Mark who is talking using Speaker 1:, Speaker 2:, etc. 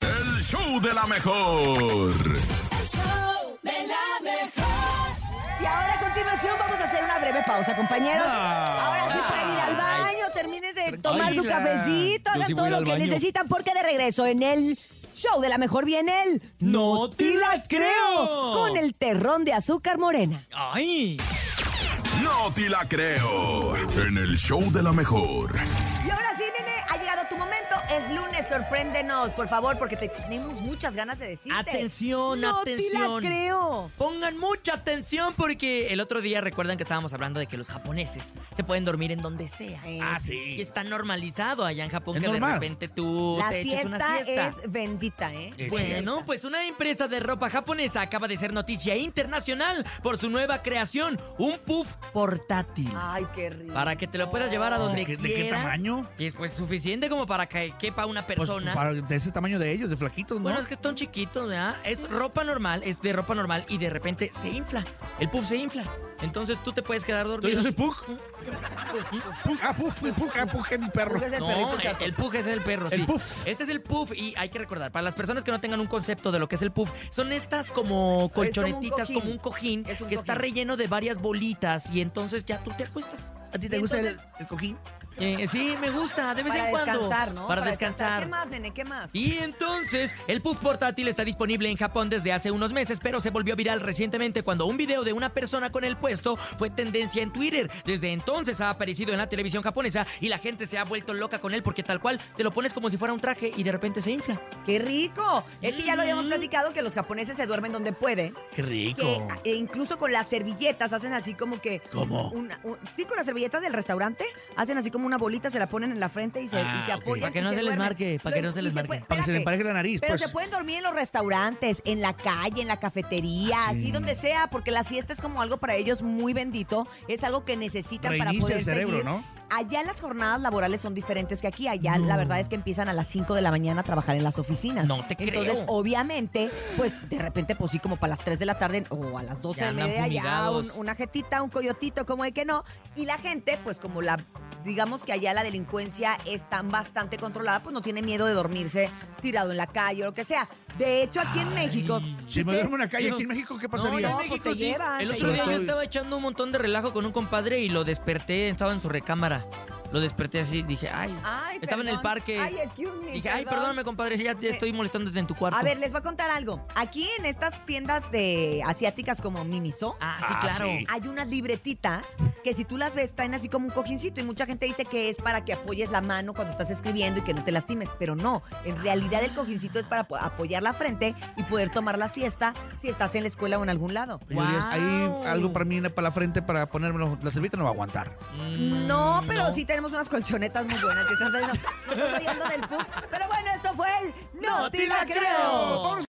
Speaker 1: El show de la mejor.
Speaker 2: El show de la mejor.
Speaker 3: Y ahora a continuación vamos a hacer una breve pausa, compañeros. ahora sí pueden ir al baño, termines de tomar su cafecito, hagan
Speaker 4: sí voy
Speaker 3: todo
Speaker 4: a ir
Speaker 3: lo
Speaker 4: al
Speaker 3: que
Speaker 4: baño.
Speaker 3: necesitan porque de regreso en el show de la mejor viene el
Speaker 4: No te la creo.
Speaker 3: con el terrón de azúcar morena.
Speaker 4: ¡Ay!
Speaker 1: No te la creo. En el show de la mejor.
Speaker 3: Y ahora sí, nene, ha llegado tu momento. Es lunes, sorpréndenos, por favor, porque te- tenemos muchas ganas de decirte.
Speaker 4: Atención,
Speaker 3: no
Speaker 4: atención.
Speaker 3: te la creo.
Speaker 4: Pongan mucha atención porque el otro día recuerdan que estábamos hablando de que los japoneses se pueden dormir en donde sea.
Speaker 3: Ah,
Speaker 5: sí.
Speaker 4: Y está normalizado allá en Japón
Speaker 5: Es
Speaker 4: que de
Speaker 5: normal.
Speaker 4: repente tú
Speaker 3: La
Speaker 4: Oh, te eches una
Speaker 3: siesta,
Speaker 4: siesta.
Speaker 3: es bendita, ¿eh?
Speaker 5: Es
Speaker 4: Bueno, pues una empresa de ropa japonesa acaba de ser noticia internacional por su nueva creación, un puff portátil.
Speaker 3: Ay, qué rico.
Speaker 4: Para que te lo puedas llevar a donde
Speaker 5: ¿De qué,
Speaker 4: quieras.
Speaker 5: de qué tamaño?
Speaker 4: Y es pues suficiente como para que quepa una
Speaker 5: Pues,
Speaker 4: persona.
Speaker 5: para- de ese tamaño de ellos, de flaquitos, ¿no?
Speaker 4: Bueno, es que están chiquitos, ¿verdad? Es ropa normal, es de ropa normal y de repente se infla. El puff se infla. Entonces tú te puedes quedar dormido.
Speaker 5: ¿Tú dices pug? Pug, ah, puf, pug, ah, pug, es mi perro.
Speaker 3: Porque es el
Speaker 4: No, eh,
Speaker 3: perrito
Speaker 4: el,
Speaker 3: chato.
Speaker 4: el puff es el perro,
Speaker 5: El
Speaker 4: sí.
Speaker 5: puff.
Speaker 4: Este es el puff y hay que recordar, para las personas que no tengan un concepto de lo que es el puff, son estas como colchonetitas,
Speaker 3: cojín.
Speaker 4: como un cojín,
Speaker 3: Es un
Speaker 4: que está
Speaker 3: cojín.
Speaker 4: relleno de varias bolitas y entonces ya tú te acuestas.
Speaker 5: ¿A ti te
Speaker 3: Y
Speaker 5: gusta el,
Speaker 3: entonces-
Speaker 5: el cojín?
Speaker 4: Eh, Pues sí, me gusta, de vez
Speaker 3: Para
Speaker 4: en cuando.
Speaker 3: descansar, ¿no?
Speaker 4: Para, descansar.
Speaker 3: ¿Qué más, nene? ¿Qué más?
Speaker 4: Y entonces, el puff portátil está disponible en Japón desde hace unos meses, pero se volvió viral recientemente cuando un video de una persona con el puesto fue tendencia en Twitter. Desde entonces ha aparecido en la televisión japonesa y la gente se ha vuelto loca con él porque tal cual te lo pones como si fuera un traje y de repente se infla.
Speaker 3: ¡Qué rico! Es que ya lo habíamos
Speaker 4: Mm.
Speaker 3: platicado que los japoneses se duermen donde pueden. Que,
Speaker 5: Qué rico.
Speaker 3: e incluso con las servilletas hacen así como que.
Speaker 5: ¿Cómo?
Speaker 3: una- un- sí, con las servilletas del restaurante hacen así como una bolita, se la ponen en la frente y se, y
Speaker 5: Ah,
Speaker 3: se
Speaker 5: ok.
Speaker 3: apoyan.
Speaker 4: Para que
Speaker 3: y
Speaker 4: no se les
Speaker 3: duermen.
Speaker 4: marque, para que
Speaker 3: Lo-
Speaker 4: no se
Speaker 3: y
Speaker 4: les marque.
Speaker 3: puede-
Speaker 5: Para que se
Speaker 3: espérate,
Speaker 5: le empareje la nariz,
Speaker 3: Pero
Speaker 5: pues.
Speaker 3: se pueden dormir en los restaurantes, en la calle, en la cafetería,
Speaker 5: Ah, sí.
Speaker 3: así donde sea, porque la siesta es como algo para ellos muy bendito, es algo que necesitan para
Speaker 5: Reinicia
Speaker 3: poder
Speaker 5: el cerebro,
Speaker 3: seguir.
Speaker 5: ¿no?
Speaker 3: Allá las jornadas laborales son diferentes que aquí. Allá la verdad es que empiezan a las 5 de la mañana a trabajar en las oficinas.
Speaker 4: No te
Speaker 3: Entonces,
Speaker 4: creo.
Speaker 3: obviamente, pues de repente, pues sí, como para las 3 de la tarde o a las 12
Speaker 4: Ya
Speaker 3: de la
Speaker 4: andan
Speaker 3: media, ya
Speaker 4: fumigados.
Speaker 3: un- una jetita, un coyotito, como de que no. Y la gente, pues como la, digamos que allá la delincuencia está bastante controlada, pues no tiene miedo de dormirse tirado en la calle o lo que sea. De hecho, aquí en
Speaker 4: Ay,
Speaker 3: México.
Speaker 5: Si me
Speaker 3: ustedes-
Speaker 5: duermo en la calle
Speaker 4: Yo-
Speaker 5: aquí en México, ¿qué
Speaker 4: No,
Speaker 3: no,
Speaker 5: pasaría?
Speaker 4: en
Speaker 3: pues
Speaker 4: México
Speaker 3: te
Speaker 4: sí.
Speaker 3: llevan,
Speaker 4: El
Speaker 3: te
Speaker 4: otro día yo
Speaker 5: llevan.
Speaker 4: estaba echando un montón de relajo con un compadre y lo desperté, estaba en su recámara. Lo desperté así, dije, ay.
Speaker 3: Ay,
Speaker 4: Estaba en el
Speaker 3: perdón.
Speaker 4: parque.
Speaker 3: Ay, excuse me.
Speaker 4: Dije, ay, perdóname, compadre, ya te
Speaker 3: Me-
Speaker 4: estoy molestándote en tu cuarto.
Speaker 3: A ver, les voy a contar algo. Aquí en estas tiendas de asiáticas como Miniso,
Speaker 4: Ah, sí,
Speaker 5: Ah,
Speaker 4: claro.
Speaker 5: sí.
Speaker 3: hay unas libretitas que si tú las ves traen así como un cojincito y mucha gente dice que es para que apoyes la mano cuando estás escribiendo y que no te lastimes, pero no, en
Speaker 4: Ah.
Speaker 3: realidad el cojincito es para po- apoyar la frente y poder tomar la siesta si estás en la escuela o en algún lado.
Speaker 5: Y dirías, Hay
Speaker 4: Guau.
Speaker 5: algo para mí para la frente para ponérmelo. La servilleta no va a aguantar.
Speaker 4: Mm,
Speaker 3: No, pero
Speaker 4: no.
Speaker 3: sí tenemos unas colchonetas muy buenas que estás oyendo, no estás oyendo del puff. Pero bueno, esto fue el No, te la creo.
Speaker 5: Vamos